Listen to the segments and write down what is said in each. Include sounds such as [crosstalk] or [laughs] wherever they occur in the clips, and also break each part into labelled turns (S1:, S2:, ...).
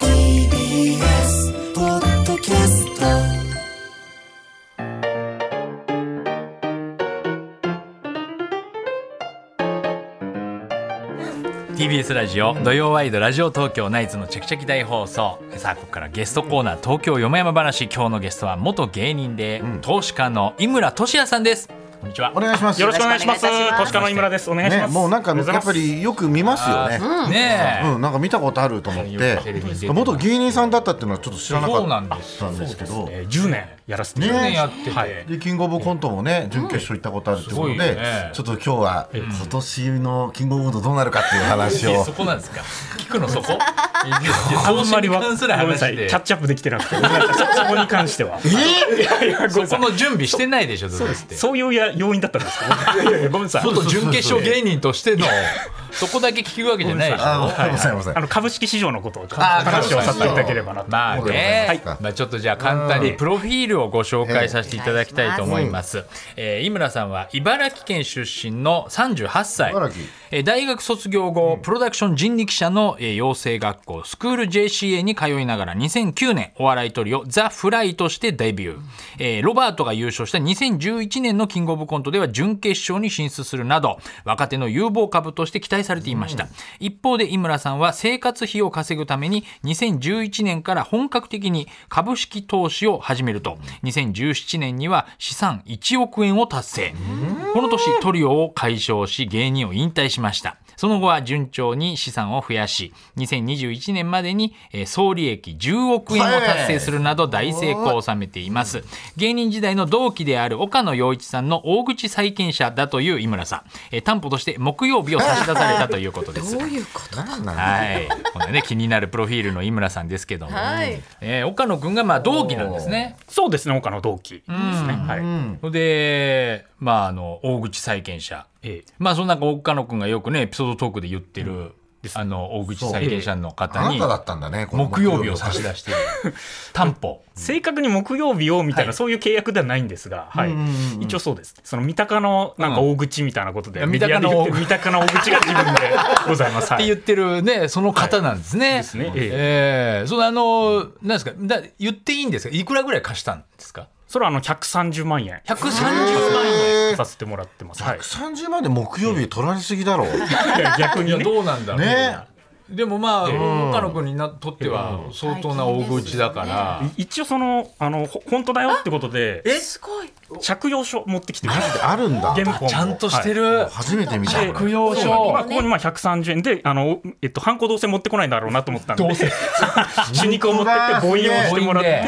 S1: TBS ポッドキャスト
S2: ー TBS ラジオ土曜ワイドラジオ東京ナイツのチェキチェキ大放送さあここからゲストコーナー東京よもやま話今日のゲストは元芸人で、投資家の井村俊也さんですこんにちは
S3: お願いします
S4: よろしくお願いします。
S5: お願いします
S4: 投資家の井村です。お願いし
S3: ね
S4: ます。
S3: もうなんか
S4: ありがと
S3: やっ
S4: うご
S3: ぱ
S4: ざいます
S3: りよく見ますよね
S2: ねえ、
S3: うん、なんか見たことあると思っ
S2: よくテレビに出て
S3: て
S2: ます
S3: 元芸人さんだったっていうのはちょっと知らなか
S2: そうなん
S3: っ
S2: です
S3: たんですけど
S4: えー10年やらせていただ
S2: 去年
S4: いて
S2: やってて、
S4: はい
S3: でキングオブコントもね準決勝行ったことあるってこと
S2: うんすごいよ
S3: で
S2: ね
S3: ちょっと今日は今年のキングオブコントどうなるかっていう話
S2: いや [laughs]
S3: を
S2: そこなんですか聞くのそこ
S4: あ
S2: あ
S4: んまりはご
S2: 関
S4: め
S2: す
S4: ん
S2: る
S4: なさ
S2: 話
S4: いキャ
S2: で
S4: ッチアップできてなくてごめんなさいそそこに関し
S3: [laughs]
S4: てはいやいやごめんなさ
S2: そ
S4: い
S2: の準備してないでしょそうですって
S4: そういうや要因だったんですかいやいやごめんなさい
S2: 元準決勝芸人としてのそこだけ聞くわけじゃないでしょ
S3: あごめんなさいごめんなさ
S4: あ
S3: い
S4: の株式市場のことを
S3: あー
S4: 話をさせていただければなと
S2: まあね、
S3: はい
S2: まあちょっとじゃあ簡単にプロフィールをご紹介させていただきたいと思います。えー井村さんは茨城県出身の38歳
S3: 茨城。
S2: えー大学卒業後、プロダクション人力車のえー養成学校、スクール JCA に通いながら2009年、お笑いトリオ、ザ・フライとしてデビュー。えーロバートが優勝した2011年のキングオブコントでは準決勝に進出するなど、若手の有望株として期待されていました。一方で井村さんは生活費を稼ぐために2011年から本格的に株式投資を始めると2017年には資産1億円を達成この年トリオを解消し芸人を引退しましたその後は順調に資産を増やし2021年までにえー総利益10億円を達成するなど大成功を収めています芸人時代の同期である岡野陽一さんの大口債権者だという井村さんえー担保として木曜日を差し出されたということです
S3: 何なの
S2: はい、 [laughs] こんなね気になるプロフィールの井村さんですけども、えー岡野くんがまあ同期なんですね。
S4: そうですね岡の同期ですねはい
S2: それでまああの大口債権者、
S4: ええ
S2: まあその中岡野くんがよくねエピソードトークで言ってる、あの大口債権者の方
S3: あな
S2: に
S3: ただったんだねこの
S2: 木曜日を差し出してる担保。
S4: 正確に木曜日をみた
S2: は
S4: い
S2: い
S4: なそういう契約ではないんですがはい一応そうですその三鷹のなんか大口みたいなこと
S2: う
S4: で
S2: ん
S4: メディアで言って
S2: 三
S4: 三鷹の大口が自分でございます
S2: っ
S4: は
S2: て
S4: い
S2: 言ってるね、その方なんですね。
S4: すねえ
S2: ええそのあの、なんですか、だ、言っていいんですか、いくらぐらい貸したんですか。
S4: それはあの130万円
S2: 百三十万円。
S3: えー
S4: させてもらってますはい
S2: [laughs]
S3: 30万で木曜日取られすぎだろう
S4: いや逆
S2: い
S4: に
S2: や
S4: ね
S2: どうなんだろう
S3: ね
S2: でもまあ、
S4: ええ
S2: 岡野君になとっては相当な大口だから、
S4: い一応そのあのほ本当だよってことで
S1: すごい
S4: 着用書持ってきてる
S3: あるんだ
S4: 原本を
S2: ちゃんとして
S4: はい
S2: る、
S3: 初めて見たこ
S2: 悪
S3: れ
S2: 用
S4: そうな
S2: 書
S4: んです今ここにまあ130円であの、えっと、ハンコどうせ持ってこないんだろうなと思ったんでどうせ主肉を持ってって母音をしてもらって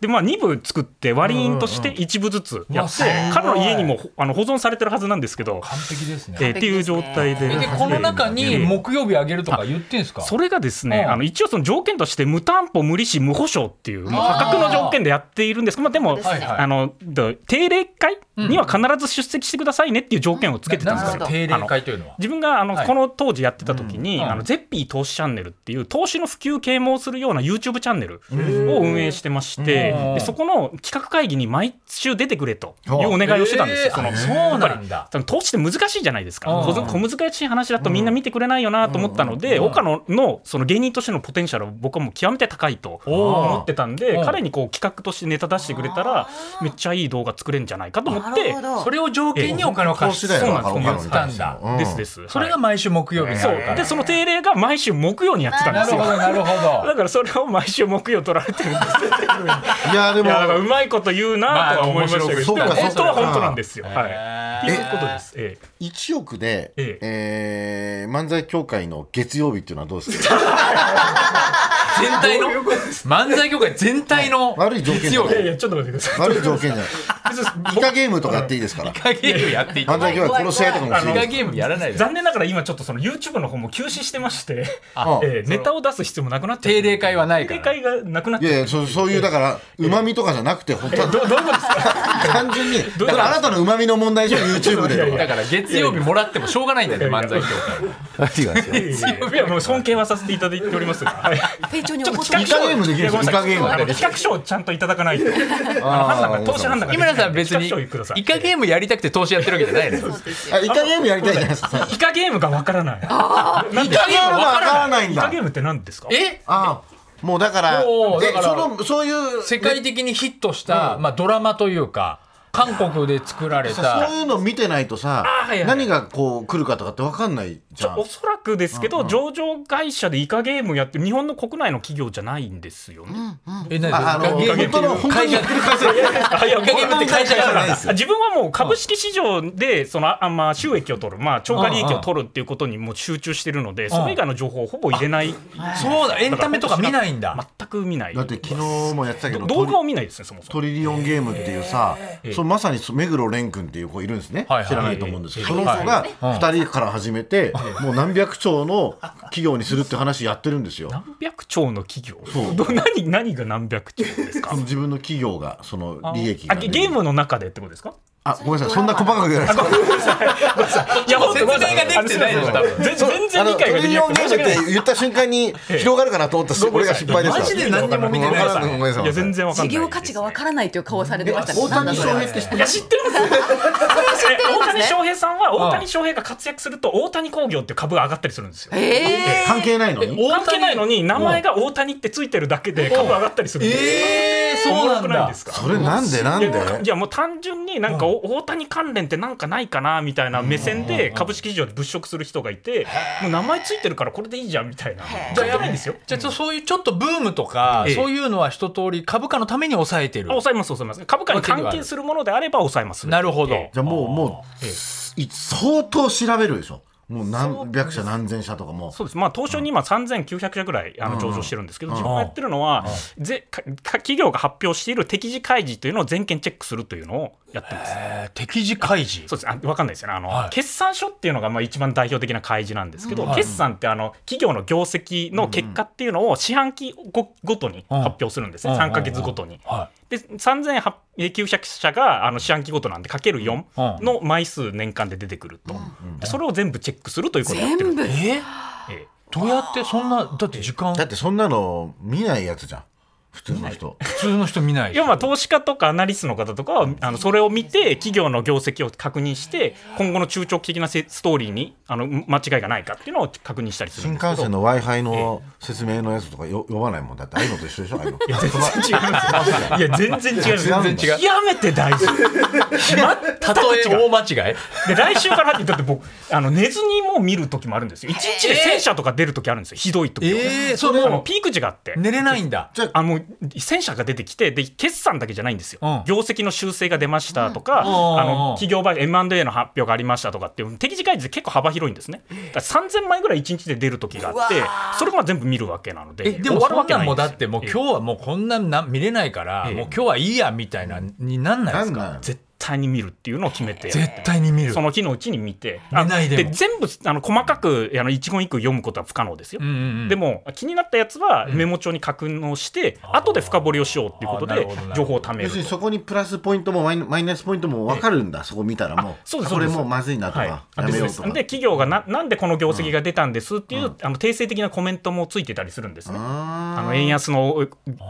S4: でまあ、2部作って割り印として1部ずつやって、
S2: うんうんうん
S4: 彼の家にもほあの保存されてるはずなんですけど、
S2: 完璧ですね。
S4: えーっていう状態で
S2: えでこの中に木曜日あげるとか言ってんすか。
S4: それがですね、
S2: うん
S4: あの一応その条件として無担保無利子無保証っていうまあ破格の条件でやっているんですけど、まあ、でも、
S2: はいはい
S4: あのど定例会には必ず出席してくださいねっていう条件をつけてたんです
S2: な
S4: よ。
S2: 定
S4: あ
S2: 例
S4: の
S2: 会というのは。
S4: 自分があの、
S2: はい
S4: この当時やってた時に、
S2: うん
S4: あのゼッピー投資チャンネルっていう投資の普及啓蒙するような YouTube チャンネルを運営してまして、
S2: うん
S4: でそこの企画会議に毎週出てくれというお願いをしてたんです
S2: え
S4: よ。
S2: ー
S4: その
S2: あそう
S4: やっぱ
S2: なん
S4: り
S2: だ。
S4: 多分投資って難しいじゃないですか、
S2: うん
S4: 小小難しい話だとみんな見てくれないよなと思ったので、
S2: うん
S4: 岡野のその芸人としてのポテンシャルを僕はもう極めて高いと
S2: おー
S4: 思ってたんで、
S2: うん
S4: 彼にこう企画としてネタ出してくれたら、めっちゃいい動画作れるんじゃないかと思
S1: な
S4: っ
S1: る
S4: て
S1: ほ、ど
S2: それを条件にお金を貸す。
S3: だ
S2: そう
S3: よ
S2: な
S3: だ
S2: ん
S3: から
S2: で
S3: 岡野に
S2: す言った
S3: 対
S2: ん
S3: して
S2: だ。
S3: のうん
S4: ですです。
S2: それが毎週木曜日に
S4: そ
S2: あるか
S4: うで
S2: ら。
S4: その定例が毎週木曜にやってたんで
S2: な
S4: す
S2: る
S4: よ
S2: ほどなるほ
S4: だ
S2: ど。
S4: からそれを毎週木曜取られてるんですよ
S3: いやで
S4: い
S3: も
S4: やだからうまいこと言うなとは思いましたけど、
S3: そうか
S4: 本当は
S3: そうか
S4: 本当なんですよ。はい。
S2: え
S4: っていうことです。ええ
S3: 1億で、
S4: え [laughs]
S3: えー漫才協会の月曜日っていうのはどうですか
S2: 全体の漫才業界全体の
S3: 悪い条件
S2: 月
S3: じゃ
S2: 曜
S3: ない
S4: やい
S2: 日
S4: やちょっと待ってください
S3: 悪い条件じゃない
S4: [laughs] 別に
S3: イカゲームとかやっていいです
S4: [laughs]
S3: から
S2: イカゲームやっていた
S3: 犯罪業は殺し合いとかもし
S2: イ
S3: な
S2: カ
S3: い
S2: ゲームやらないで
S4: 残念ながら今ちょっとその YouTube の方も休止してまして、
S3: あ
S4: [laughs] えーネタを出す必要もなくなっちゃう
S2: 定例会はないか
S4: 定例
S2: ら
S4: 会がなくなっ
S3: い
S4: ちゃう
S3: やいやそうそういうだからうまみとかじゃなくて本当は
S4: どどういうことですか
S3: 単純にだからあなたのうまみの問題じゃん YouTube で
S4: いやい
S3: と
S4: や
S3: か
S2: だから月曜日もらってもしょうがないんだよね漫才協会
S4: いやもう尊敬はさせていただいております、はい、
S1: 丁重に
S4: ちょっ
S1: 怒
S4: と
S1: っ
S4: 企
S1: て
S3: イカゲームできるでしょ
S4: いやごめんなさい
S3: イカゲーム
S4: あの企画書をちゃんといただかないとあの判断が投資判断が
S2: 日村さん別に
S4: 企画書をください
S2: イカゲームやりたくて投資やってるわけじゃないのよ
S3: あイカゲームやりたいじゃないですか
S4: イカゲームがわからないなんで
S3: イカゲームがわからないん
S4: イカ
S3: だ
S4: ゲームって何ですか
S2: え
S3: ああもうだから
S2: もうだ
S3: え
S2: から
S3: そのそういう
S2: 世界的にヒットした、まあ、ドラマというか韓国で作られ
S3: さ
S2: た
S3: そういうの見てないとさ
S4: あはいはい
S3: 何がこう来るかとかって分かんないじゃん
S4: おそらくですけど、上場会社でイカゲームやってる日本の国内の企業じゃないんですよね。
S2: え何
S3: ああの
S2: イカゲーム
S3: 本当の本当にやってる会社
S4: あいや
S2: イカゲームって会社じゃないです
S4: 自分はもう株式市場でそのああまあ収益を取る、まあ、超過利益を取るっていうことにもう集中してるので、それ以外の情報をほぼ入れない、
S2: そうだエンタメとか見ないんだ
S4: 全く見ない
S3: だって昨日もやってたけど
S4: 動画を見ないですねそもそも
S3: トリリオンゲームっていうさ、そのまさに目黒蓮君っていう子いるんですね、
S2: はいはい
S3: 知らないと思うんですけど、
S2: は
S3: そ
S2: い
S3: の子が
S2: はい
S3: 2人から始めて、もう何百兆の企業にするって話やってるんですよ。
S4: 何百兆の企業
S3: そう
S4: ど何何が何百兆ですか
S3: その自分の企業がその利益
S4: あ
S3: が出
S4: ゲ
S3: る
S4: ゲームの中でってことですか
S3: あごめんなさいそんな細かく言わないです
S4: いや
S2: もう説明ができてないのよ多分
S4: 全全
S3: あ
S4: 然
S3: の
S4: 理
S3: ト
S4: 解が
S3: リ
S4: でき
S3: リ
S4: な
S3: オン
S4: く
S3: ゲー
S4: て
S3: ムって言った瞬間に広がるかなと思ったし俺が失敗でした
S2: マジで何にも見てない
S3: わからんごめんなさい
S4: いや全然わかんな
S1: 事
S4: いです
S1: 業価値がわからないという顔をされてましたね
S3: 大
S1: なんだ
S3: 谷
S1: そ
S3: 翔
S1: れ
S3: 平って知ってる
S4: いや知ってるんですよ大谷翔平さんは
S2: ん
S4: 大谷翔平が活躍すると大谷工業っていう株が上がったりするんですよ
S1: え
S3: 関係ないのに
S4: 関係ないのに名前が大谷ってついてるだけで株上がったりするんですよ
S2: えー、
S4: お
S2: そう
S4: もろ
S2: な
S4: く
S2: ん
S4: ない
S2: だ
S4: ですか
S3: それなんでなん
S4: い
S3: で
S4: やいやもう単純になんかお大谷関連ってなんかないかなみたいな目線で株式市場で物色する人がいてもう名前ついてるからこれでいいじゃんみたいなじゃあやばいんですよ
S2: じゃあちょっとそういうちょっとブームとか、
S4: ええ
S2: そういうのは一通り株価のために抑えてる
S4: あ抑えます抑えます株価に関係するものであれば抑えます
S2: なるほど、
S4: え
S3: じゃあもうもうい相当調べるでしょもう何百社何千社とかも
S4: そうですまあ、東証に今、3900社ぐらいあの上場してるんですけど、自分がやってるのは、ぜかか企業が発表している適時開示というのを全件チェックするというのをやってます。
S2: えー適時開示
S4: そうですあ分かんないですよねあの、
S2: はい
S4: 決算書っていうのがまあ一番代表的な開示なんですけど、
S2: はい
S4: 決算ってあの企業の業績の結果っていうのを四半期ごごとに発表するんですね、
S2: うん
S4: 3か月ごとに。
S2: は
S4: で3900社があの四半期ごとなんで、かける4の枚数年間で出てくると、でそれを全部チェックするということをやってるん
S1: 全
S4: で
S1: 部
S2: いえ
S4: す。ええ
S2: どうやってそんなだって時間
S3: だってそんなの見ないやつじゃん普通の人
S2: 普通の人見ない
S4: いやまあ投資家とかアナリストの方とかはあのそれを見て企業の業績を確認して今後の中長期的なせストーリーにあの間違いがないかっていうのを確認したりする
S3: 新
S4: んですけ
S3: 幹
S4: ど
S3: 線の w i f i の説明のやつとかよ呼ばないもんだってああいうのと一緒でしょああいうの
S4: 全然違いますよいや全然違います
S3: 違うんだ
S4: 極めて大 [laughs] 事
S2: たとえ大間違い
S4: で来週からだって僕あの寝ずにもう見る時もあるんですよ一日で1000社とか出る時あるんですよひどい時は
S2: えーそれ
S4: あの
S2: も
S4: ピーク時があって
S2: 寝れないんだ
S4: あもう戦車が出てきてで決算だけじゃないんですよ、
S2: うん
S4: 業績の修正が出ましたとか、
S2: ん
S4: あ
S2: うん
S4: の企業場 M&A の発表がありましたとかっていう適時開示で結構幅広いんですねだから3000枚ぐらい1日で出る時があってそれも全部見るわけなので
S2: えでも
S4: 終わ
S2: そ
S4: るわ
S2: ん
S4: け
S2: な
S4: なんい
S2: も
S4: ん
S2: うだっ
S4: です
S2: て
S4: よ
S2: もう今日はもうこんなんな見れないから、
S4: ええ
S2: もう今日はいいやみたいなになんないで
S3: な
S2: す
S3: ん
S2: か
S3: なん
S4: 絶対に見るっていうのを決めて
S2: 絶対に見る
S4: その日のうちに見て
S2: 寝ないでも
S4: 全部あの細かくあの一言一句読むことは不可能ですよ、
S2: うんうんうん
S4: でも気になったやつはメモ帳に格納して、後で深掘りをしようっていうこと
S2: あーなる
S4: で
S2: ほどなるほど
S4: 情報を貯め
S3: 要
S4: る
S3: す
S4: と
S3: るにそこにプラスポイントもマイナマイナスポイントも分かるんだそこ見たらもう
S4: そうです
S3: これ
S4: そうです
S3: もうまずいなとか
S4: はい、
S3: やめよう
S4: で
S3: と
S4: すで
S3: か
S4: すで企業がななんでこの業績が出たんですっていう、あの定性的なコメントもついてたりするんですね。あ
S3: あ
S4: の円安の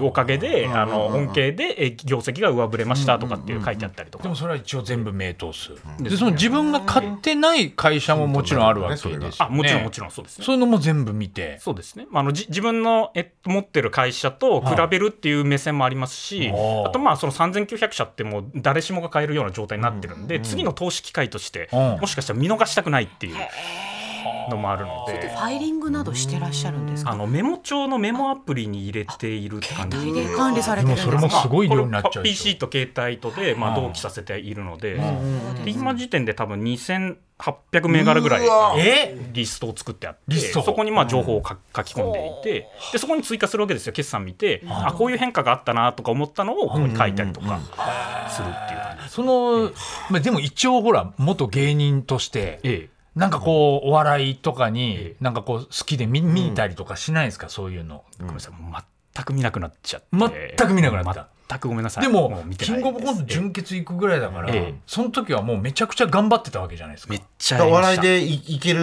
S4: おおかげで、あの恩恵でえ業績が上振れましたとかっていう書いてあったりと
S2: で
S4: か
S2: も。それは一応全部名刀数、でその自分が買ってない会社ももちろんあるわけですよ、ね、
S4: あもちろんもちろんそうですね。
S2: そういうのも全部見て
S4: そうですね、まあ、あのじ自分の、えっと、持ってる会社と比べるっていう目線もありますし、
S2: はい
S4: あとまあその3900社ってもう誰しもが買えるような状態になってるんで、次の投資機会として、
S2: うん
S4: もしかしたら見逃したくないっていう。のもあるの
S1: フ
S4: で。
S1: ァイリングなどしてらっしゃるんです
S4: あ
S1: か
S4: のメモ帳のメモアプリに入れているって感じ
S1: 携帯で管理され
S2: で
S1: てるん
S2: もそ
S1: ですか
S2: れもすごい量になっちゃ
S4: まあ
S2: う
S4: これ
S2: で
S4: は
S2: し
S4: PC と携帯とで、まあ、同期させているので,、で今時点で多分2800銘柄ぐらいあ
S2: ょ
S4: の
S2: え
S4: リストを作ってあっ
S2: リ
S4: て
S2: スト
S4: そこにまあ情報をか書き込んでいてでそこに追加するわけですよ決算見てあこういう変化があったなとか思ったのをここに書いたりとかするっていう感じです。
S2: その、まあ、でも一応ほら元芸人として、
S4: ええ
S2: なんかこうお笑いとか
S4: え
S2: になんかこう好きで見見たりとかしないですかそういうの。
S4: ごめんなさいもう全く見なくなっちゃって
S2: 全く見なくなった
S4: 全くごめんなさい
S2: でも
S4: 見て
S2: キ
S4: ない
S2: ン
S4: です
S2: グオブコント準決行くぐらいだから、
S4: ええ
S2: その時はもうめちゃくちゃ頑張ってたわけじゃないですか
S4: め。っちゃ
S3: だか
S4: や
S3: ら
S4: りま
S3: 笑い
S4: した
S3: でいいけ
S4: ええ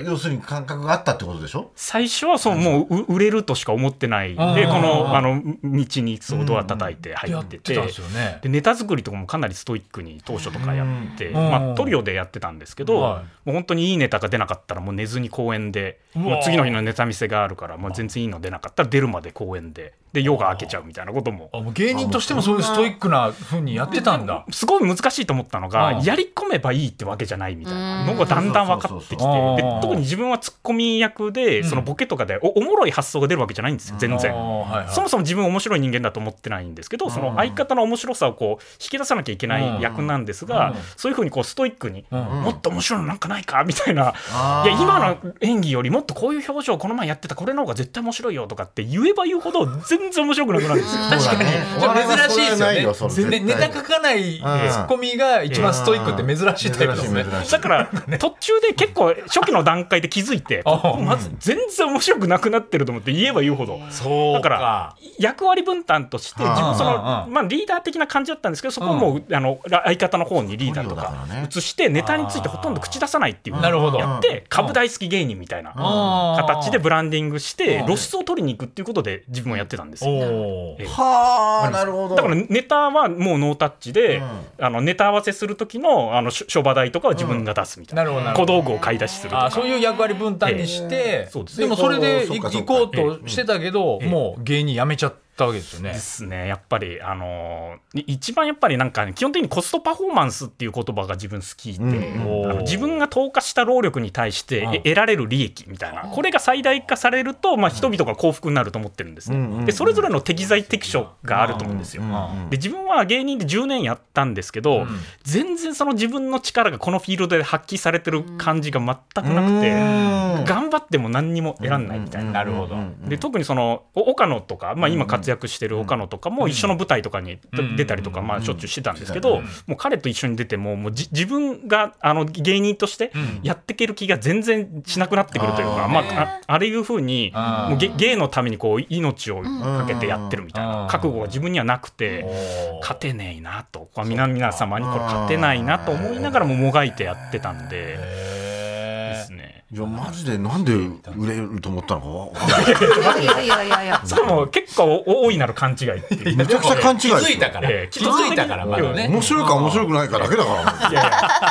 S3: る、要するに感覚があったってことでしょ
S4: 最初はそうもうう売れるとしか思ってない
S2: あ
S4: で
S2: ー
S4: このあの道にそうドア叩いて入
S2: や
S4: っ
S2: ってて
S4: て
S2: たんですよね。
S4: でネタ作りとかもかなりストイックに当初とかやって、
S2: うん
S4: ま
S2: うん
S4: あ、トリオでやってたんですけ
S2: は
S4: ど
S2: い
S4: もう本当にいいネタが出なかったらもう寝ずに公演で
S2: うわー
S4: もう次の日のネタ見せがあるからもう全然いいの出なかったら出るまで公演でで夜が明けちゃうみたいなことも
S2: あもう芸人としてもそういうストイックなふうにやってたんだ。
S4: すごい難しいと思ったの
S2: う
S4: が
S2: ん
S4: やり込めばいいってわけじゃないみたいなのがだんだん分かってきて
S2: うんそうそうそうそう
S4: で特に自分はツッコミ役でそのボケとかでおおもろい発想が出るわけじゃないんですよ全然
S2: あー。はいはい
S4: そもそも自分面白い人間だと思ってないんですけどその相方の面白さをこう引き出さなきゃいけない役なんですがそういうふうにこうストイックに
S2: うん
S4: もっと面白いのなんかないかみたいな
S3: あ
S4: い
S3: ー
S4: や今の演技よりもっとこういう表情この前やってたこれの方が絶対面白いよとかって言えば言うほど全然面白くなくなるんですよ。
S2: 確かに、
S3: そう
S2: じゃ
S3: だね
S2: あ珍しいですよね
S3: お笑いはそれはないよそれ絶
S2: ね
S3: 対
S2: ネタ書かないツッコミが一番ストイックって珍しいタイプですね
S3: 珍しい珍しい
S4: だから途中で結構初期の段階で気づいて
S2: あ
S4: ここまず全然面白くなくなってると思って言えば言うほど
S2: そう
S4: だから役割分担として
S3: はあ
S4: 自分その
S2: はあ
S4: まあリーダー的な感じだったんですけどそこはもうあのら相方の方にリーダーと
S3: トリオだ
S4: か
S3: からね
S4: 移してネタについてほとんど口出さないっていう
S2: なるほど
S4: やって株大好き芸人みたいな
S2: あー
S4: 形でブランディングして
S2: うん
S4: 露出を取りに行くっていうことで自分はやってたんですよ。
S2: おー
S4: ええ
S3: はあなるほど
S4: だからネタはもうノータッチで、
S3: う
S4: あのネタ合わせする時のあのしょ商売代とかは自分が出すみたいな,、
S2: なるほどなる
S4: 小
S2: ほど
S4: 道具を買い出しすると
S2: あー
S4: か
S2: そういう役割分担にして、
S4: そうです
S2: でもそれでい
S3: そうかそう
S2: 行
S3: か
S2: こうとしてたけど、もう芸人辞めちゃったわけですよね
S4: で。すねやっぱりあのーい一番やっぱりなんかね、基本的にコストパフォーマンスっていう言葉が自分好きで、
S2: ん
S4: あの自分が投下した労力に対して、
S2: うん
S4: え得られる利益みたいなこれが最大化されると、まあ、人々が幸福になると思ってるんですね、
S3: うんうん
S4: でそれぞれの適材適所があると思うんですよ、
S2: うん
S4: で自分は芸人で10年やったんですけ
S2: う
S4: ど、
S2: ん
S4: 全然その自分の力がこのフィールドで発揮されてる感じが全くなくて、
S3: うん
S4: 頑張っても何にも得らんないみたいな。
S2: なるほど。
S4: で特にそのお岡野とか、まあ、今活躍してる岡野とかも一緒の舞台とかに
S2: うん
S4: 出たりとか、まあ、しょっちゅうしてたんですけ
S3: う
S4: ど、
S3: ん
S4: もう彼と一緒に出てももうじ自分があの芸人として
S2: うん
S4: やっていける気が全然しなくなってくるというか、まあ、ああれいうふうに
S2: あー
S4: もう芸芸のためにこう命をかけてやってるみたい
S2: うん
S4: な覚悟が自分にはなくて。
S2: おー
S4: 勝てねえなとこう皆皆様にこれ勝てないなと思いながらももがいてやってたんでですね。
S3: いやマジでなんで売れると思ったのかわかんない
S1: いやいやいやいや。
S4: それも結構 [laughs] 大いなる勘違いっていう
S3: めちゃくちゃ勘違い
S2: 気づいたから、
S4: ええ
S2: 気づいたからまだね。
S3: 面白いか面白くないかだけだから
S4: いや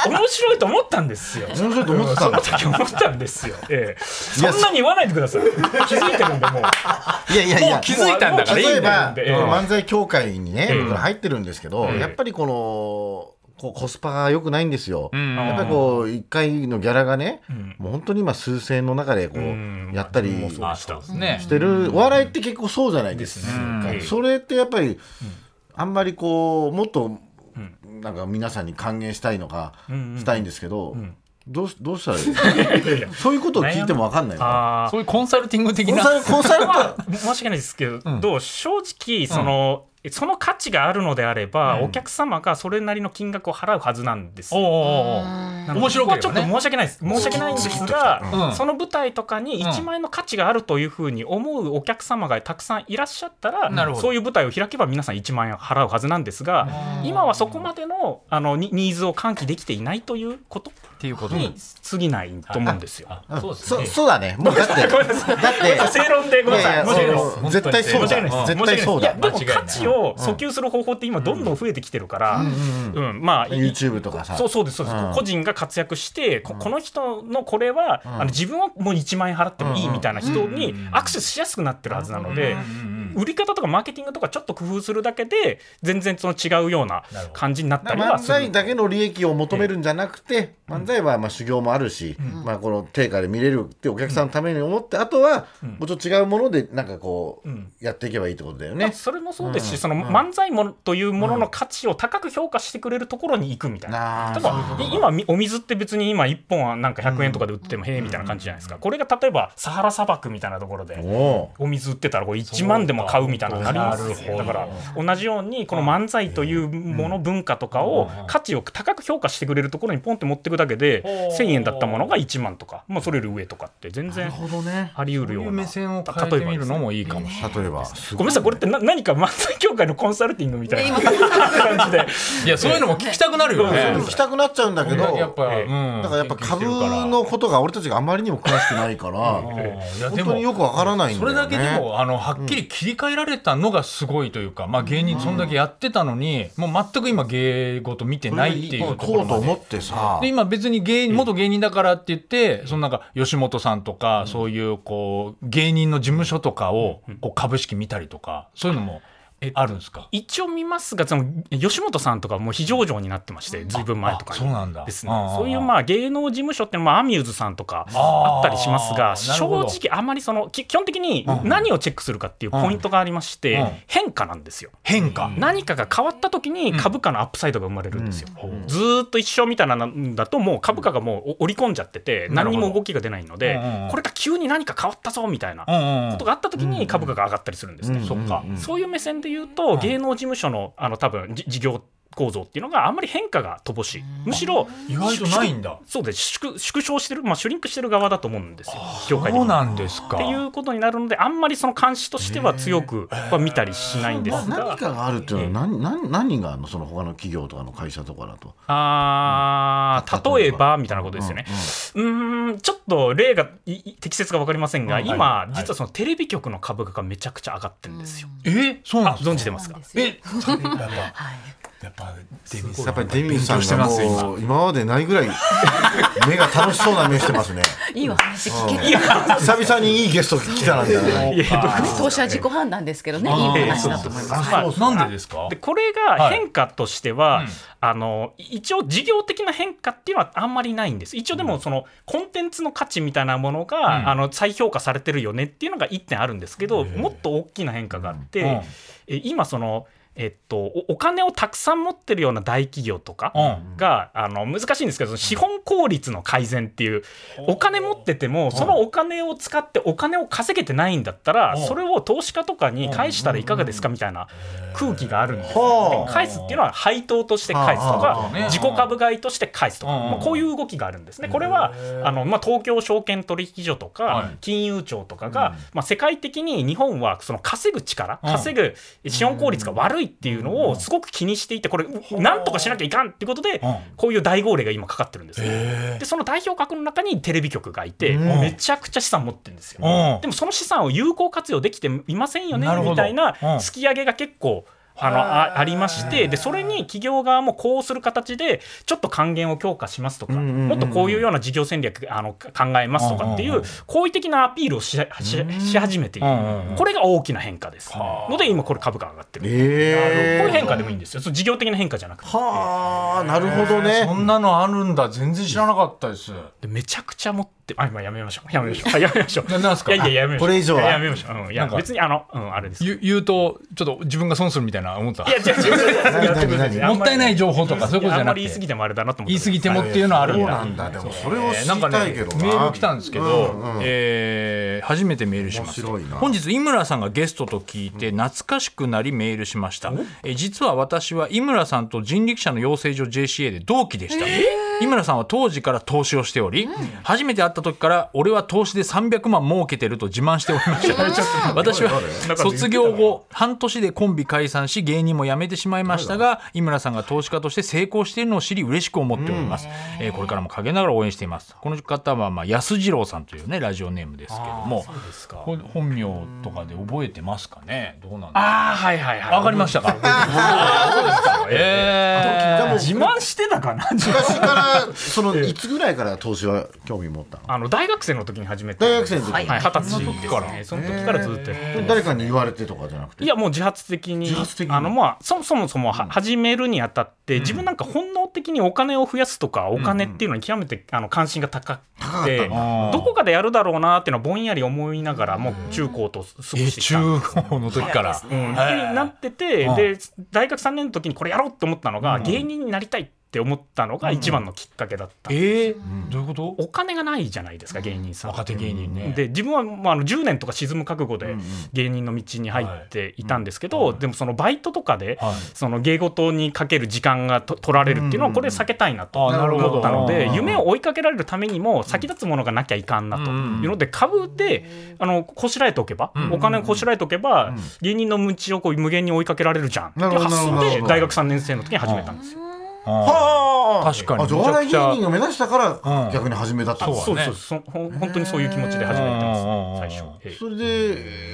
S4: いや面白いと思ったんですよ。
S3: 面白いと思ってたんだ
S4: その時思ったんですよ。ええ、そんなに言わないでください。気づいてるんでもう。
S3: いやいやいや
S2: もう気づいたんだからいいんだよ
S3: 例えば、
S4: ええ
S3: 漫才協会にね、
S4: ええ
S3: 僕ら入ってるんですけど、
S4: ええ
S3: やっぱりこのこうコスパが良くないんですよ、
S2: ん
S3: やっぱりこう一回のギャラがね、
S4: ん
S3: もう本当に今数千円の中でこう、
S4: ん
S3: やったり
S2: あそうですね
S3: し。てる、お笑いって結構そうじゃないです
S4: ですね
S3: か、
S4: うん
S3: それってやっぱり、あんまりこうもっとなんか皆さんに還元したいのか、したいんですけど、どうしどうしたら
S4: [laughs]
S3: いいそういうことを聞いても分かんないよ
S4: あ
S2: そういうコンサルティング的
S3: コン
S2: な
S3: サ。ルコンサルタ
S4: あ、申し訳ないですけど、どう正直その。その価値があるのであれば、お客様がそれなりの金額を払うはずなんですよ
S2: おーおーおー面白く
S4: ここはちょっと申し訳ないです申し訳ないんですが、
S2: うん
S4: その舞台とかに1万円の価値があるというふうに思うお客様がたくさんいらっしゃったら、
S2: なるほど
S4: そういう舞台を開けば皆さん1万円払うはずなんですが、今はそこまでのあのニニーズを喚起できていないということ
S2: っていうこと
S4: に過ぎないと思うんですよ。
S2: あそうです
S3: そ
S2: ね。
S3: そうだね。もうだって、だって、
S4: 正論でごめんなさい申し訳ないです
S3: そう絶対そう
S4: 申し訳ないで
S3: だ。
S4: す
S3: 絶対そうだ
S4: いやで
S2: 間違
S4: も
S2: いない
S4: 価値を訴求する方法って今どんどん増えてきてるから、うんまあ
S3: YouTube とかさ
S4: そうそうですそうです、
S3: うん
S4: 個人が活躍してここの人のこれは、あの自分はもう1万円払ってもいいみたいな人にアクセスしやすくなってるはずなので、売り方とかマーケティングとかちょっと工夫するだけで全然その違うような
S2: なるほど
S4: 感じになったりは
S3: 漫
S4: する
S3: 才だけの利益を求めるんじゃなくて、漫才はまあ修行もあるし、まあ、この定価で見れるってお客さんのために思って、あとはもうちょっと違うものでなんかこう、
S4: うん
S3: やっていけばいいってことだよ
S4: まあ
S3: ね。
S4: それもそうですし、その漫才ものというものの価値を高く評価してくれるところに行くみたいな、
S3: な
S4: 例えばい今みお水って別に今1本はなんか100円とかで売ってもへえみたいな感じじゃないですか、これが例えばサハラ砂漠みたいなところで
S3: お
S4: お水売ってたらこれ1万でも買うみたいなのになりますよ
S2: そう
S4: だ
S2: か
S4: から同じようにこの漫才というもの文化とかを価値を高く評価してくれるところにポンって持っていくだけで
S2: ほう
S4: 1000円だったものが1万とか、まあ、それより上とかって全然
S3: なるほどね
S4: あり得るような
S2: 目線を変えてみるのもいいかもしれない。
S3: 例えば
S4: ごめんなさいこれってな何か漫才協会のコンサルティングみたいな
S1: 今
S4: 感じで
S2: いやそういうのも聞きたくなるよね。
S3: 聞きたくなっちゃうんだけど、
S2: やっぱ、
S4: ええ
S2: うん、
S3: だからやっぱ株
S2: 研究してるから
S3: のことが俺たちがあまりにも詳しくないから、
S2: いや
S3: 本
S2: でも
S3: 当によくわからないん
S2: そ
S3: だよ
S2: れ
S3: ね。
S2: だけでもあのはっきり切り替えられたのがすごいというか、まあ、芸人そんだけやってたのに、もう全く今芸事見てないっていうとこ
S3: こ
S2: ろ
S3: うと
S2: まで
S3: 思ってさ
S2: で今別に芸人元芸人だからって言ってそのなんか吉本さんとかそういうこう芸人の事務所とかをこう株式見たりとかそういうのもあるんですか
S4: 一応見ますがその吉本さんとかもう非上場になってましてずいぶん前とか
S2: あ
S4: に
S2: そうなんだ
S4: ですね
S2: ああああ
S4: そういうまあ芸能事務所ってまあアミューズさんとか
S2: あ
S4: あ
S2: あ
S4: ったりしますが
S2: なるほ
S4: 正
S2: ど
S4: 直あまりそのき基本的に
S2: うん
S4: 何をチェックするかっていうポイントがありまし
S2: うん
S4: て変化なんですよ。
S2: 変化
S4: 何かが変わった時に株価のアップサイドが生まれるんですよ。ずーっと一緒みたいなのだともう株価がもうお織り込んじゃってて
S2: なる
S4: 何
S2: ほど
S4: にも動きが出ないの
S2: う
S4: で
S2: んうんうん
S4: これが急に何か変わったぞみたいな
S2: う
S4: こ
S2: んうんうん
S4: とがあった時に株価が上がったりするんですね。
S3: うん
S2: そっか
S4: そういう目線で言うと、芸能事務所のあの多分じ事業構造っていうのがあんまり変化が乏しい、むしろ
S2: 意外とないんだ
S4: そうです縮縮小してる、まあ、シュリンクしてる側だと思うんですよ、業界
S2: そ
S4: 的
S2: う
S4: に。っ
S2: なんですか
S4: ていうことになるので、あんまりその監視としては強くは見たりしないんです
S3: まあ
S4: が
S3: 何、かがあるっていうのは何何何があるのその他の企業とかの会社とかだと。
S4: あー例えばみたいなことですよね。
S3: うんうん
S4: うーんちょっと例がいい適切か分かりませんが、
S2: うんはい
S4: 今、
S2: はい
S4: 実はそのテレビ局の株価がめちゃくちゃ上がってるんですよ。
S2: えそうなん
S4: あ
S2: ですか
S4: 存じてますか
S2: え
S5: やっぱデビュー
S3: やっぱりデミーさ
S5: 勉強して
S3: んが
S5: ますよ
S3: もう今までないぐらい目が楽しそうな目してます
S2: [laughs]
S3: ね。
S1: いいお話聞けて
S3: 久々にいいゲスト来た
S2: [laughs]
S3: なんだね。
S4: いやどう
S1: 当社自己判断ですけどねいいお話だと思います
S4: まあ
S2: なんでですか
S4: でこれが変化としては、あの一応事業的な変化っていうのはあんまりないんです一応でもそのコンテンツの価値みたいなものが、
S2: うん
S4: あの再評価されてるよねっていうのが1点あるんですけど、もっと大きな変化があって、
S2: うん
S4: え今その、えっと、おお金をたくさん持ってるような大企業とか、
S2: うん
S4: があの難しいんですけどその資本効率の改善っていうお金持っててもそのお金を使ってお金を稼げてないんだったらそれを投資家とかに返したらいかがですかみたいな空気があるんです
S3: ほ
S4: よ
S3: う
S4: で返すっていうのは配当として返すと
S2: あ
S4: か
S2: あね
S4: 自己株買いとして返すとか
S2: うんうん
S4: まあこういう動きがあるんですねこれはあのまあ東京証券取引所と
S2: は
S4: か
S2: い
S4: 金融庁とかがまあ世界的に日本はその稼ぐ力
S2: うん
S4: 稼ぐ資本効率が悪いっていうのをすごく気にしていてこれなんとかしなきゃいかんってことで
S2: うん
S4: こういう大号令が今かかってるんですよ、でその代表格の中にテレビ局がいて、
S3: うん
S4: めちゃくちゃ資産持ってるんですよ、
S2: うん
S4: でもその資産を有効活用できていませんよね
S2: なるほど
S4: みたい
S2: う
S4: な
S2: ん
S4: 突き上げが結構あのあありましてでそれに企業側もこうする形でちょっと還元を強化しますとか、
S3: うんうんうんうん
S4: もっとこういうような事業戦略あの考えますとかって
S2: う
S4: い
S2: んうんう
S4: う好意的なアピールをししし始めている、
S2: うんうんうん
S4: これが大きな変化ですので今これ株価上がってる、
S3: ええ
S4: こういう変化でもいいんですよその事業的な変化じゃなくて。
S3: はあなるほど
S2: そ
S3: ね。
S2: んなのあるんだ全然知らなかったです
S4: でめちゃくちゃ持ってあ今やめましょうやめましょうあやめましょう
S2: ななんすか
S4: いやいややめましょう
S3: これ以上は
S4: ややめましょう、うん、い
S2: な
S4: や
S2: んか
S4: 別にあの、うん、あれですい
S2: 言う言うとちょっと自分が損するみたいな思った
S4: や違う違う違うやってくださ
S3: 何
S4: あんまり
S2: もったいない情報とかそういうことじゃ
S4: あんま
S2: なく
S4: り言い過
S2: て
S4: ぎてもあれだなと思って
S2: 言い過ぎてもっていうのはあるん
S3: そう
S2: だ
S3: なんだでもそれを知
S2: なんか
S3: りた
S2: ね
S3: い
S2: メ
S3: けどな。
S2: ール来たんですけど、
S3: うんうん
S2: えー初めてメールしました
S3: 面白いな
S2: 本日井村さんがゲストと聞いて懐かしくなりメールしました、えー実は私は井村さんと人力車の養成所 JCA で同期でした、井村さんは当時から投資をしており、初めて会った時から俺は投資で300万儲けてると自慢しておりました [laughs] 私は卒業後半年でコンビ解散し芸人も辞めてしまいましたが井村さんが投資家として成功しているのを知り嬉しく思っております、えーこれからも陰ながら応援していますこの方はまあ安次郎さんというねラジオネームですけどもこれ本名とかで覚えてますかねどうなんですか
S4: ああはいはいはい
S2: わかりました [laughs] かえ
S3: でも
S2: [laughs]
S4: 自慢してたかな
S2: [laughs]
S3: 昔からそのいつぐらいから投資は興味持ったの？
S4: あの大学生の時に始めて
S3: 大学生の時
S4: はいはい二十歳ですねその時からずっとやってます
S3: 誰かに言われてとかじゃなくて
S4: いやもう自発的に
S3: 自発的に
S4: あのまあそもそもそもは始めるにあたって、自分なんか本能的にお金を増やすとかお金っていうのに極めてあの関心が高くて、
S2: あー
S4: どこかでやるだろうなっていうのはぼんやり思いながらもう中高と過ご
S2: え
S4: してきたんで
S2: 中
S4: す
S2: 高の時から。
S4: うん、ってなってて、
S2: うん
S4: で大学3年の時にこれやろうって思ったのが、芸人になりたいって思ったのが一番のきっかけだった、
S2: [laughs] えー、どういうこと
S4: お金がないじゃないですか芸人さんって
S2: 若手芸人ね。
S4: で自分は、まあ、あの10年とか沈む覚悟で芸人の道に入っていたんですけど、でもそのバイトとかで、
S2: はい
S4: その芸事にかける時間がと取られるっていうのはこれ避けたいなと
S2: あなるほど
S4: 思ったので
S2: あー
S4: 夢を追いかけられるためにも先立つものがなきゃいかんなというので株であのこしらえておけば、お金をこしらえておけば、芸人の道をこう無限に追いかけられるじゃんっていう
S3: なる
S4: 発
S3: ほどな
S4: 想
S3: るほ
S4: で
S3: ど
S4: 大学3年生の時に始めたんですよ。
S3: あー
S2: 確かに
S3: あじゃあお笑い芸人を目指したから
S2: うん
S3: 逆に始めたってこと
S2: そう
S4: そう
S2: ね
S4: そうそうほん本当にそういう気持ちで始めたんです
S2: うんうんうんうん
S4: 最初。ええ
S3: それで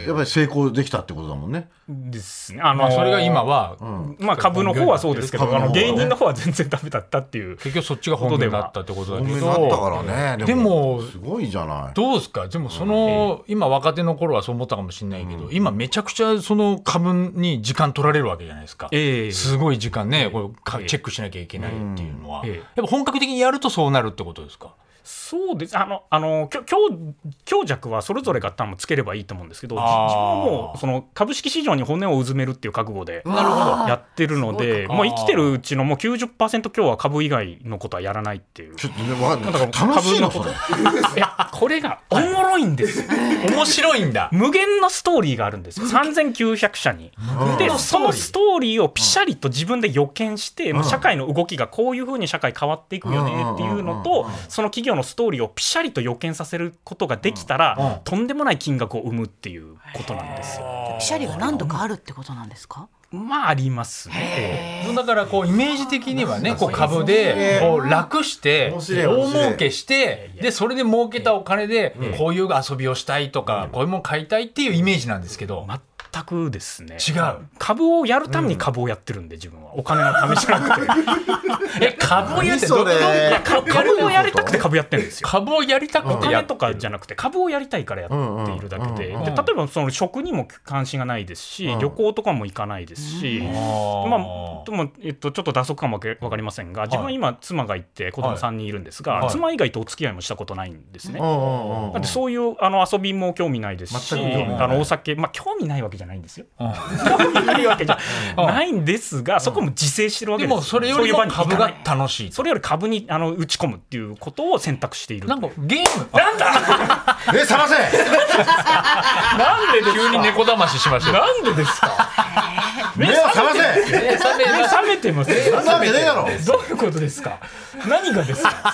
S3: やっぱり成功できたってことだもんね
S4: ですね。あ
S2: まあ、それが今
S4: は
S2: は、
S4: まあ株の方はそうですけど、
S3: 株
S4: あ
S3: の方は
S4: の
S3: ね
S4: 芸人の方は全然ダメだったっていう。
S2: 結局そっちが本命だったってことだ
S3: 本
S2: け
S3: 命
S2: ど。
S3: になったからね
S2: でも
S3: すごいじゃない
S2: どうですかでもその、今若手の頃はそう思ったかもしれないけど、今めちゃくちゃその株に時間取られるわけじゃないですか、
S4: ええ
S2: すごい時間ね、これか
S4: ええ
S2: チェックしなきゃいけないっていうのは、
S4: うんええ
S2: やっぱ本格的にやるとそうなるってことですか、
S4: そうです。あのあの強強強弱はそれぞれが多分つければいいと思うんですけど、じ
S2: あ
S4: 自
S2: ー
S4: 分はもうその株式市場に骨をうずめるっていう覚悟で。
S2: なるほど
S4: やってるので、
S2: ごい
S4: もう生きてるうちのもう90%今日は株以外のことはやらないっていう。
S3: ちょっとねわかんない
S4: だから
S3: 楽しいの
S4: 株
S3: そ
S4: の
S3: れ
S4: いや、これがおもろいんですよ。
S2: 面白いんだ
S4: 無限のストーリーがあるんですよ3900社に。でそのストーリーをピシャリと自分で予見して、まあ社会の動きがこういうふうに社会変わっていくよねっていうのと、その企業のストーリーをピシャリと予見させることができたら、とんでもない金額を生むっていうことなんですよ。
S1: ピシャリが何度かあるってことなんですか
S4: まあありますね。
S2: だからこうイメージ的にはねこう株でこう楽して
S3: 面白い面
S2: 大
S3: 白い
S2: 儲けしてでそれで儲けたお金でこういう遊びをしたいとかこういうもん買いたいっていうイメージなんですけど
S4: 全くですね。
S2: 違う
S4: 株をやるために株をやってるんで自分はお金のためじゃなくて
S2: え株を言うってどういうこ
S3: 何
S2: と
S3: それ
S4: いやか株をやりたくて株やってるんですよ。
S2: 株をやりた
S4: お
S2: くてや
S4: 金
S2: っ
S4: とかじゃなくて株をやりたいからやっているだけで,、
S3: うん
S2: うん
S4: で例えばその食にも関心がないですし、
S3: うん
S4: 旅行とかも行かないですし、
S2: ま
S4: まあでもえっと、ちょっと打足かもわけわかりませんが自分は今妻がいて子供
S2: はい
S4: 3人いるんですが、
S2: はい
S4: 妻以外とお付き合いもしたことないんですね。
S3: うんうんうん
S4: なんでそういうあの遊びも興味ないですし、
S3: 全く興味ない
S4: あのお酒、まあ、興味ないわけじゃないんですよ。
S2: うん
S4: 興味ないわけじゃ
S2: うん
S4: ないんですが、そこも自制してるわけ
S2: で
S4: です
S2: もそれより
S4: そう
S2: も
S4: いう場に行
S2: 株
S4: かな
S2: が
S4: い
S2: 楽しい
S4: それより株にあの打ち込むっていうことを選択している
S2: なんかゲームなんだ
S3: え冷ませ
S2: なんで急に猫だまししましたよ
S4: なんでです [laughs] か
S3: 目を覚ませ
S2: え冷め
S4: 目覚めてますよ
S3: そんなわけねえだろ
S4: どういうことですか何がですか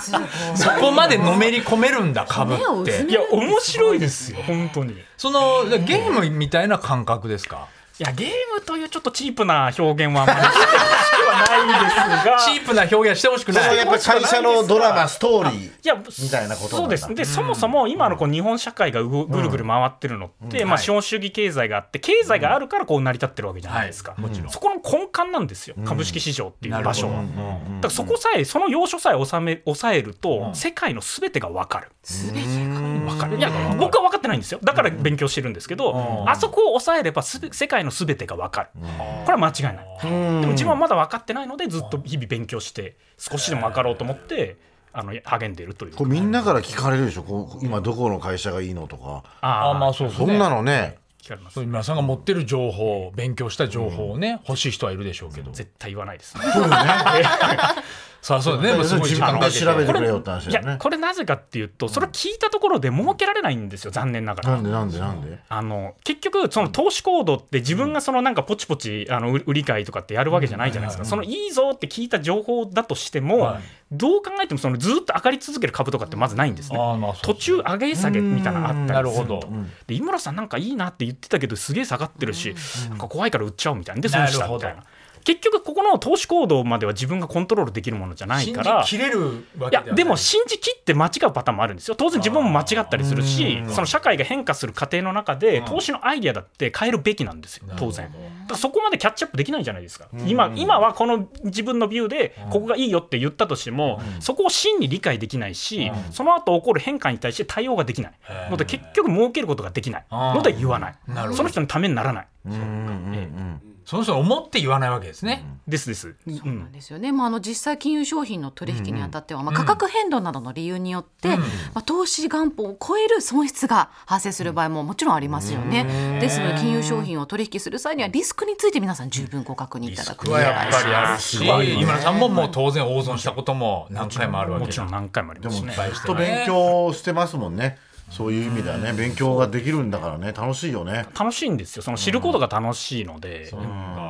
S2: そこまでのめり込めるんだ株っ
S1: 目をうず
S2: て
S4: [laughs] いや面白いですよ本当にい
S2: そのゲームみたいな感覚ですか
S4: やゲームというちょっとチープな表現はあまりしてほしくはないです
S2: [laughs]
S4: が
S2: チープな表現はしてほしく
S3: それ
S2: な
S3: はいやっぱり会社のドラマストーリー
S4: いや
S3: みたいなことなんだ
S4: そうですでそもそも今のこう日本社会がうごぐるぐる回ってるのって、まあ、資本主義経済があって経済があるからこう成り立ってるわけじゃないですか、
S2: はいもちろん
S4: そこの根幹なんですよ、株式市場っていう場所は、
S2: なるほどうん
S4: だからそこさえその要所さえ抑め抑えると、世界のすべてが分かる
S1: すべて
S4: わかるいや僕は分かってないんですよだから勉強してるんですけど、あそこを抑えればすべ世界のすべてが分かる、これは間違いない、でも自分はまだ分かってないのでずっと日々勉強して少しでも分かろうと思ってあの励んでいるという
S3: これみんなから聞かれるでしょこう今どこの会社がいいのとか
S4: あ
S2: あ
S4: ー
S2: まあそうです
S3: そんな
S2: ね
S3: のね
S4: 聞かれます
S2: そう今田さんが持ってる情報勉強した情報をね欲しい人はいるでしょうけど
S4: 絶対言わないですね
S2: そうあそうだねでもすごい
S3: 自
S2: 時間
S3: 分
S2: か
S3: で
S2: け
S3: 調べ
S2: て
S3: てくれよって話
S4: い
S3: だよ
S4: や
S3: ね
S4: これなぜかっていうとそれ聞いたところで儲けられないんですよ残念ながら
S3: なんでなんでなんで
S4: あの結局その投資行動って自分がそのなんかポチポチあの売売り買いとかってやるわけじゃないじゃないですか、そのいいぞって聞いた情報だとしても、
S2: はい
S4: どう考えてもそのずっと上がり続ける株とかってまずないんですね、
S2: あーまあそう
S4: 途中上げ下げみたいなのあったりすると
S2: なるほど
S4: で井村さんなんかいいなって言ってたけどすげえ下がってるし、なんか怖いから売っちゃおうみたいなで損したみたい
S2: なる
S4: な。結局ここの投資行動までは自分がコントロールできるものじゃない
S5: 信じ
S4: から
S5: 切れるわ
S4: い
S5: け
S4: や
S5: はない
S4: でも信じ切って間違うパターンもあるんですよ当然自分も間違ったりするしその社会が変化する過程の中で投資のアイディアだって変えるべきなんですよ当然だからそこまでキャッチアップできないじゃないですか今今はこの自分のビューでここがいいよって言ったとしてもそこを真に理解できないしその後起こる変化に対して対応ができないので結局儲けることができないので言わないその人のためにならない
S5: その人が思って言わないわけですね、
S4: ですですう
S1: なんんですよね、まあ、あの実際金融商品の取引にあたっては、まあ、価格変動などの理由によって、まあ、投資元本を超える損失が発生する場合ももちろんありますよね、ですので金融商品を取引する際にはリスクについて皆さん十分ご確認いただくこと
S5: は
S1: をお
S5: や
S1: 願
S5: っ
S1: いし
S5: ぱ
S1: ま
S5: りあるし、今田さんももう当然大損したことも何回もあるわけ
S4: もちろん何回もあり
S3: で
S4: ます
S3: も
S4: し
S3: ず
S4: ね
S3: っと勉強してますもんねそういう意味ではね勉強ができるんだからね楽しいよね
S4: 楽しいんですよその知ることが楽しいので、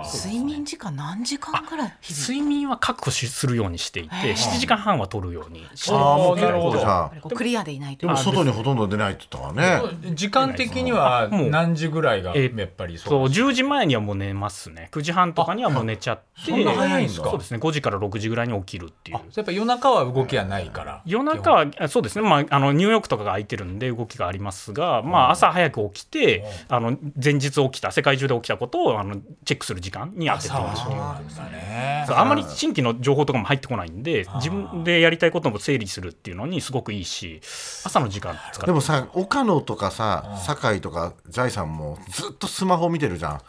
S1: す睡眠時間何時間くらい日々
S4: 睡眠は確保しするようにしていて、7時間半は取るようにしてい
S3: ああもう
S4: て
S3: 結構じゃあ
S1: やっぱりこうクリアでいないと
S3: でも外にほとんど出ないって言ったからね
S5: 時間的には
S4: もう
S5: 何時ぐらいが
S4: え
S5: や
S4: ー
S5: っぱり
S4: そう
S5: そう
S4: 10時前にはもう寝ますね9時半とかにはもう寝ちゃって
S5: そんな早いんですか
S4: そうですね5時から6時ぐらいに起きるっていう
S5: やっぱ夜中は動きはないから
S4: 夜中はあそうですね、まあ、あのニューヨークとかが空いてるんで動きがありますが、まあ、朝早く起きてあの前日起きた世界中で起きたことをあのチェックする時間に当てて
S5: 朝は
S4: ます
S5: そうなんだね
S4: そうあんまり新規の情報とかも入ってこないんで自分でやりたいことも整理するっていうのにすごくいいし朝の時間使って
S3: でもさ岡野とかさ酒井とか財産もずっとスマホ見てるじゃん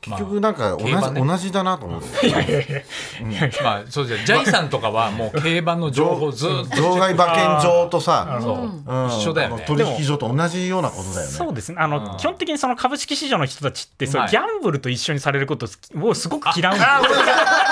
S3: 結局なんか同じ,、
S5: 競馬ね
S3: 同じだなと思う
S5: まあそうじゃジャイさんとかはもう競馬の [laughs] 情報ずっと
S3: 場外馬券場とさ、
S5: そう
S3: うん
S5: 一緒だよ
S3: あの
S5: ね
S3: 取引所と同じようなことだよね
S4: そうですねあの、基本的にその株式市場の人たちって、そう
S5: はい
S4: ギャンブルと一緒にされることをすごく嫌うんですよ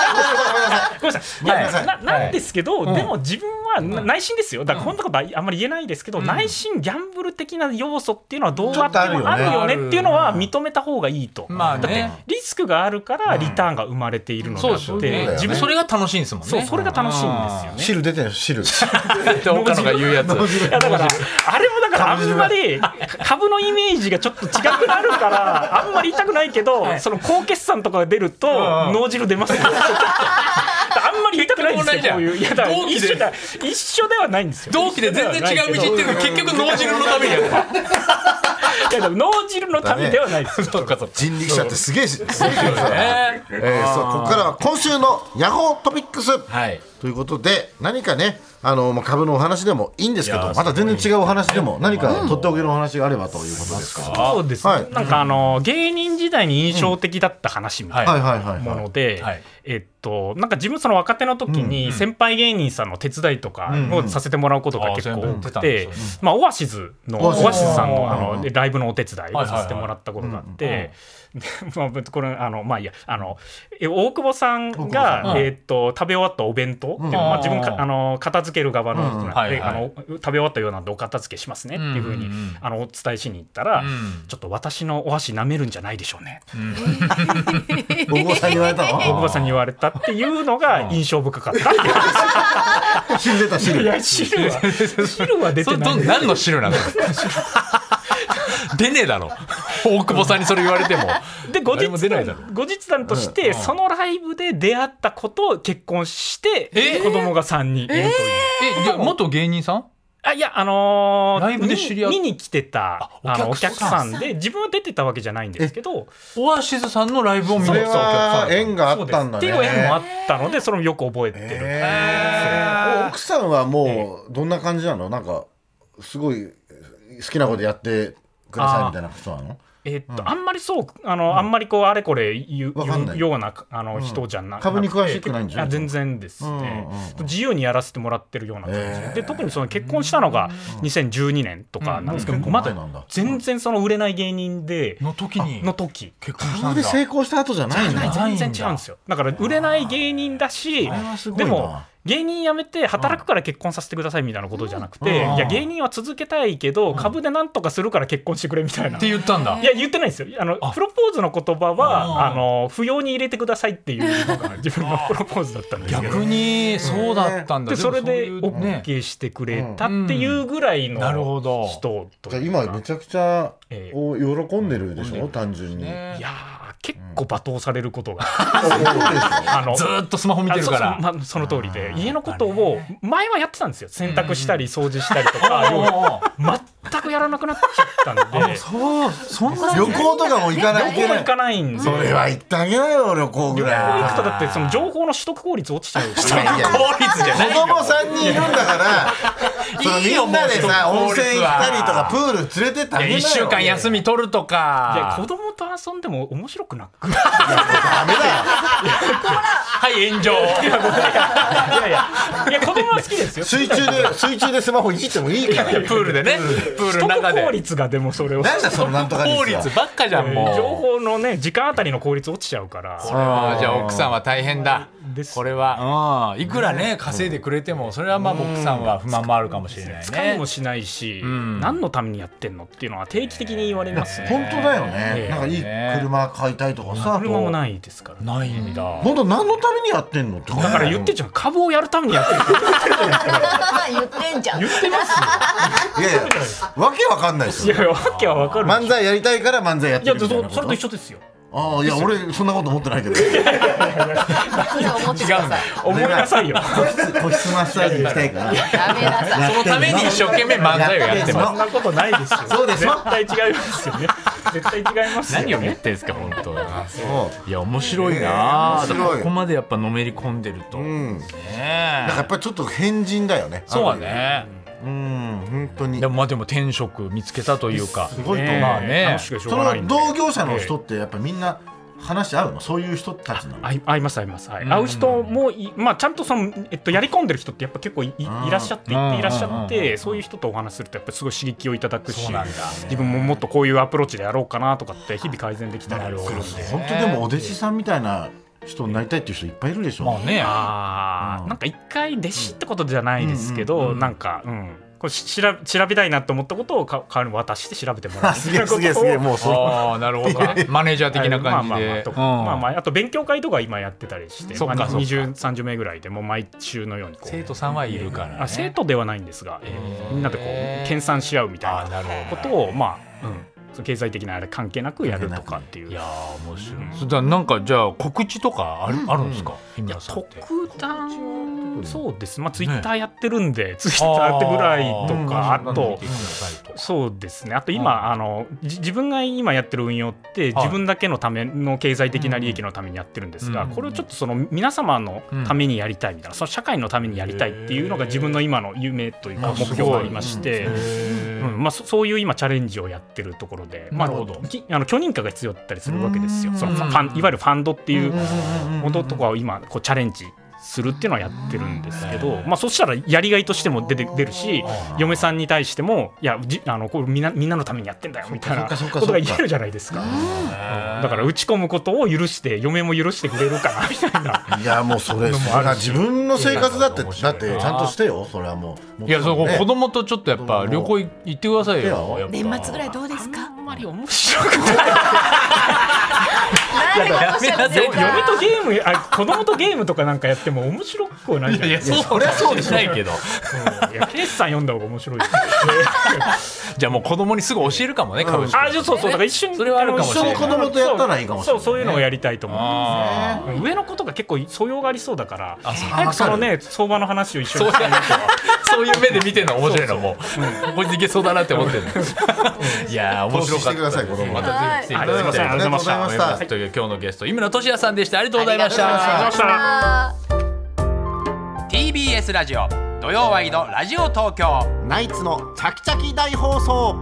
S5: ごめ
S4: ごめんなさいいや
S5: んなさい
S4: ななんですけど、でも自分はな内心ですよだからこんなことはあんまり言えないですけど、内心ギャンブル的な要素っていうのはどうあってもあるよねっていうのは認めた方がいいと。
S5: まあね
S4: リスクがあるからリターンが生まれているのであ
S5: そう
S4: っ
S5: ですよ
S4: て、
S5: ね自
S4: 自分
S5: 分
S4: そ
S5: そ
S4: れ
S5: れが楽しいんですもんね
S4: そうそれが楽しいんですよね。
S3: 汁出て
S5: [laughs]
S3: る汁
S5: って岡野が言うやつ
S4: いやだからあれもだからあんまり株のイメージがちょっと違くなるからあんまり痛くないけど、その高決算とかが出ると脳汁出ますよ。 [laughs] あんまり痛くないんです
S5: 結
S4: よ、こ
S5: 構同じじ
S4: う
S5: ゃん
S4: いう。いや、だから
S5: 同期
S4: 一
S5: で
S4: 緒だ、一緒ではないんですよ。
S5: 同期で全然違う道行ってるけど結局脳汁のためにやる
S4: いや、でも脳汁のためではないですよ。
S5: そうかそうか
S3: [laughs] 人力車ってすげえしすげえ人だよ
S5: ね
S3: えー、そうここからは今週のヤホートピックス、
S5: はい
S3: ということで何かねあのまあ株のお話でもいいんですけ
S5: い
S3: ど
S5: やー
S3: また全然違うお話でも何かとっておきのお話があればということですか、
S4: そうですね
S3: はい
S4: なんかあの、芸人時代に印象的だった話みたいな。
S3: はいはいはい
S4: も
S3: はい
S4: ので、
S5: はい
S4: えっと、なんか自分その若手の時に先輩芸人さんの手伝いとかをさせてもらうことが結構多
S5: あー
S4: く
S5: そういうのや
S4: て
S5: ってたんです、
S4: まあ、オアシズの
S3: オ
S4: オ
S3: ア
S4: ア
S3: シズ
S4: シズさんのあ
S3: うんうん
S4: のライブのお手伝いをさせてもらったことがあって。でまあ、これあのまあいいやあのえ大久保さん
S3: 久保さ
S4: が、えっと食べ終わったお弁当っていうの
S5: うん
S4: まあ、自分
S5: う
S4: か
S5: ん
S4: あの片付ける側の,、
S3: うん
S5: はいはい
S4: であの食べ終わったようなんでお片付けしますねっていうふうに、
S5: うんうんうん
S4: あのお伝えしに行ったら、
S5: うん
S4: ちょっと私のお箸舐めるんじゃないでしょうね
S3: 大久保さんに言われた [laughs]
S4: 大久
S3: の
S4: 保さんに言われたっていうのが印象深かった。
S3: 汁出た汁
S4: いや汁は [laughs] 汁は出
S5: そ
S4: て
S5: れ
S4: な
S5: ど
S4: い。
S5: 何の汁なの出ねえだろ大久保さんにそれ言われても
S4: で後
S5: 誰
S4: 日
S5: も出ないだろ
S4: 談後日談として、そのライブで出会ったことを結婚して、
S5: えー
S4: 子供が3人いるという。
S5: えじゃあ元芸人さん
S4: あいやあのー
S5: ライブで知り合っ
S4: 見に見に来てた
S5: あ
S4: あの
S5: お
S4: お
S5: 客
S4: 客
S5: さ
S4: さ
S5: ん
S4: んで自分は出てたわけじゃないんですけど
S5: オアシズさんのライブを見に
S3: そ
S5: 来
S3: れ
S5: たお客さ
S3: は
S5: んだ
S3: 縁があ
S4: そう
S3: っ
S4: です
S3: たんだ
S4: っ
S3: ね
S4: ていう縁もあったのでそれもよく覚えてる、
S3: えー奥さんはもうどんな感じなのなんかすごい好きなことやってくださいみたいな人なの
S4: えっとあんまりそうあの、あんまりこうあれこれ言う
S3: わかんない
S4: 言うようなあの、人じゃなくて
S3: 株に詳しくないんじゃない
S4: や全然ですね、自由にやらせてもらってるような感じ、
S3: へえ
S4: で特にその結婚したのが2012年とかなんですけど、
S3: うんうん
S4: ま
S3: 結構前なんだ
S4: だ全然その売れない芸人で
S5: の時に
S4: の時
S5: 結婚した
S3: 株
S5: んだ
S3: で成功した後じゃないんだ
S4: 全然違うんですよだから売れない芸人だし
S3: れはすごい
S4: で
S3: な
S4: も芸人辞めて働くから結婚させてくださいみたいなことじゃなくて、
S5: うん
S4: いや芸人は続けたいけど、株でなんとかするから結婚してくれみたいな
S5: って言ったんだ
S4: いや言ってないですよあのプロポーズの言葉はあの不要に入れてくださいっていうのが自分のプロポーズだったんですけど
S5: 逆にそうだったんだ
S4: でそれで
S5: もそういうね
S4: OK してくれたっていうぐらいの
S5: なるほど
S4: 人と
S3: じゃあ
S4: いう
S3: 今
S4: か
S3: めちゃくちゃ
S4: ええ
S3: お喜んでるでしょ、単純に、
S4: いやー結構罵倒されることが
S3: あ
S4: あの
S2: ずーっとスマホ見てるか
S4: あ
S2: ら。
S4: そうそうまあ、その通りで
S2: あー
S4: 家のことを前はやってたんですよ洗濯したり掃除したりとか、
S2: おう
S4: 要は
S2: おう
S4: 全くやらなくなっちゃったんで
S2: そう、そんな。
S3: 旅行とかも行かない
S4: 旅行も行
S3: け
S4: か
S3: ない
S4: ないんで
S3: それは行ってあげなよ旅行ぐ
S4: 旅行
S3: ら
S4: 行
S3: い
S4: くとだってその情報の取得効率落ちちゃう
S3: いやいや
S2: 効率じゃない
S3: 子。供さんにいるんだ
S4: [laughs]
S3: からその
S2: いい
S3: み
S2: よ
S3: んなでさ
S2: もう
S3: 温泉行ったりとかプール連れてってあげなよ
S2: 一週間休み取ると
S4: いや
S2: か
S4: 子。供と遊んでも面白くなく
S3: ダ
S4: い
S3: メだよ
S2: はい、炎上。
S4: やいやいや子供は好きです [laughs] よ
S3: 水中で水中でスマホいじってもいいから
S2: プールでね。プールの
S4: 取
S2: 中
S4: 得
S2: で
S4: 効。率がでもそれを
S3: なんだそのなんとか
S2: 効
S3: 率は
S2: 率ばっかじゃん、もう。
S4: 情報のね時間あたりの効率落ちちゃうから
S2: これはじゃあ奥さんは大変だ
S4: です
S2: これは、うん、いくらね稼いでくれてもそれはまあ奥さんは不満もあるかもしれない
S4: 使い
S2: ね
S4: もしないし、
S2: ん
S4: 何のためにやってんのっていうのは定期的に言われますね
S3: 本当だよね
S4: ええ
S3: なんかいい車買いたいとかさ
S4: 車もないですから、
S2: ないんだ
S3: 本当何のためにやってんのって
S4: だから言ってんじゃん株をやるためにやってる
S1: 言ってんじゃん。
S4: 言ってます
S3: いやいやわけわかんないです
S4: よい
S3: よ
S4: やいやわけは
S3: [laughs]
S4: わかる
S3: 漫才やりたいから漫才やっ
S4: い
S3: て
S4: や
S3: るみ
S4: そ
S3: たいな
S4: そ
S3: こ
S4: れ
S3: と
S4: と一緒ですよ
S3: ああいや俺そんなこと思って [laughs] ないけど
S1: それを思ってください。
S4: 思いなさいよ
S3: 個室個室マッサージ行きたいから
S1: やめなさい。
S3: そ
S2: そのために一生懸命漫才をやって
S4: そ
S2: ま
S4: んなことないですよ
S3: そうでしょ
S4: 絶対違いますよね絶対違います
S2: す
S4: よ
S2: 何を言
S4: ね
S2: ってんすか本当
S3: そう
S2: いや面白いなあ
S3: えー面白い
S2: ここまでやっぱのめり込んでると
S3: う
S2: ね
S3: ん、なんか
S2: え
S3: やっぱりちょっと変人だよね。
S2: そうはね
S3: うん、本当に
S2: で。もまあでも転職見つけたというか
S3: すごいと思う。
S2: まあね
S4: 楽しくてしょ
S3: そう
S4: がない
S3: の
S4: んで
S3: 同業者の人ってやっぱみんな話合うの、そういう人たちなの。
S4: あい合います合います、はい、会う人もい、まあ、ちゃんとその、えっと、やり込んでる人ってやっぱ結構いいいらっしゃってい
S2: うん
S4: ていらっしゃっ
S2: うんうんうんう
S4: てそういう人とお話しするとやっぱすごい刺激をいただくし
S2: そうなんだ
S4: 自分ももっとこういうアプローチでやろうかなとかって日々改善できたりするんで。
S3: 本当でもお弟子さんみたいな人になりたいっていう人いっぱいいるでしょ。
S2: まあね
S4: あー
S3: うん
S4: なんか一回弟子ってことじゃないですけど、なんか、うん、これし調べ調べたいなと思ったことをか代わりに渡して調べてもらう
S3: あ [laughs] すげえすげえ
S4: [laughs]
S3: すげえもうそう。
S2: ああなるほどねマネージャー的な感じ
S4: はいまあまあまあ
S2: で
S4: と
S2: うん
S4: まあまああと勉強会とか今やってたりして、
S2: そっ
S4: ま
S2: か
S4: あ、
S2: そっか
S4: 2030名ぐらいでもう毎週のようにこう
S2: 生徒さんはいるからね
S4: あ生徒ではないんですが、えーみんなでこ
S2: へー
S4: う研鑽し合うみた
S2: あ
S4: い
S2: な
S4: な
S2: るほど
S4: ことをまあ、うん、その経済的なあれ関係なくやるとかっていう。
S2: いやー面白い。それだなんかじゃあ告知とかある、ん、あるんですか？日村さんって。
S4: 特段そうです、まあ、ツイッターやってるんで、ツイッターってぐらいとか、あと、そうですねあと今、あのじ自分が今やってる運用って、
S2: はい
S4: 自分だけのための経済的な利益のためにやってるんですが、
S2: うん
S4: これをちょっとその皆様のためにやりたいみたいな、その社会のためにやりたいっていうのが自分の今の夢というか
S2: あ
S4: 目標がありまして。
S2: へ
S4: うんまあ、そそういう今チャレンジをやってるところで、まあ、
S2: なるほど
S4: きあの許認可が必要だったりするわけですよ
S2: うん
S4: そのファンいわゆるファンドっていうものとかを今こうチャレンジするっていうのはやってるんですけど、まあ、そしたらやりがいとしても出て出るし嫁さんに対してもいやじあのこれみんなみんなのためにやってんだよみたい
S3: そっ
S4: なこ
S3: かそっかそっか
S4: とが言えるじゃないですか、うんだから打ち込むことを許して嫁も許してくれるかなみたいな。
S3: いやもうそ
S2: [laughs]
S3: れ。それが自分の生活だって
S2: 面白
S3: だ
S2: い
S3: ってちゃんとしてよ。それはもう。
S2: いやそこ
S3: ね
S2: 子供とちょっとやっぱ旅行行ってくださいよ。やっぱ
S1: 年末ぐらいどうですか。
S4: あんまり面白く
S1: なんで今年は
S2: やめなさい
S4: 嫁とゲームあ子供とゲームとかなんかやっても面白くはないじゃない
S2: い
S4: で
S2: や
S4: すか
S2: そうりゃそうでしないけど。
S4: いや、ケイスさん読んだ方が面白いです。
S2: じゃあもう子供にすぐ教えるかもね株式。
S4: あ、じゃあそうそう、だから一瞬、
S2: それはあるかもしれない
S4: あの一緒に
S3: 子供とやったらいいかもしれないね
S4: そう、そういうのをやりたいと思
S2: あ
S4: う。上の子とか結構素養がありそうだから、早
S3: あ
S4: くそのね、相場の話を一緒
S2: そう
S4: に
S2: いう
S4: したいなとは。
S2: そういう目で見てるの面白いのもう。こいついけそうだなって思ってるの。いやー面白
S3: 投資
S2: かったです。
S3: してください子供
S2: またぜひ来ていただきたい
S4: はいありがとうございま
S3: した
S2: 思いますという今日のゲスト井村俊哉さんでした。ありがとうございました。
S4: ありがとうございました。
S2: TBS ラジオ土曜ワイドラジオ東京
S6: ナイツのチャキチャキ大放送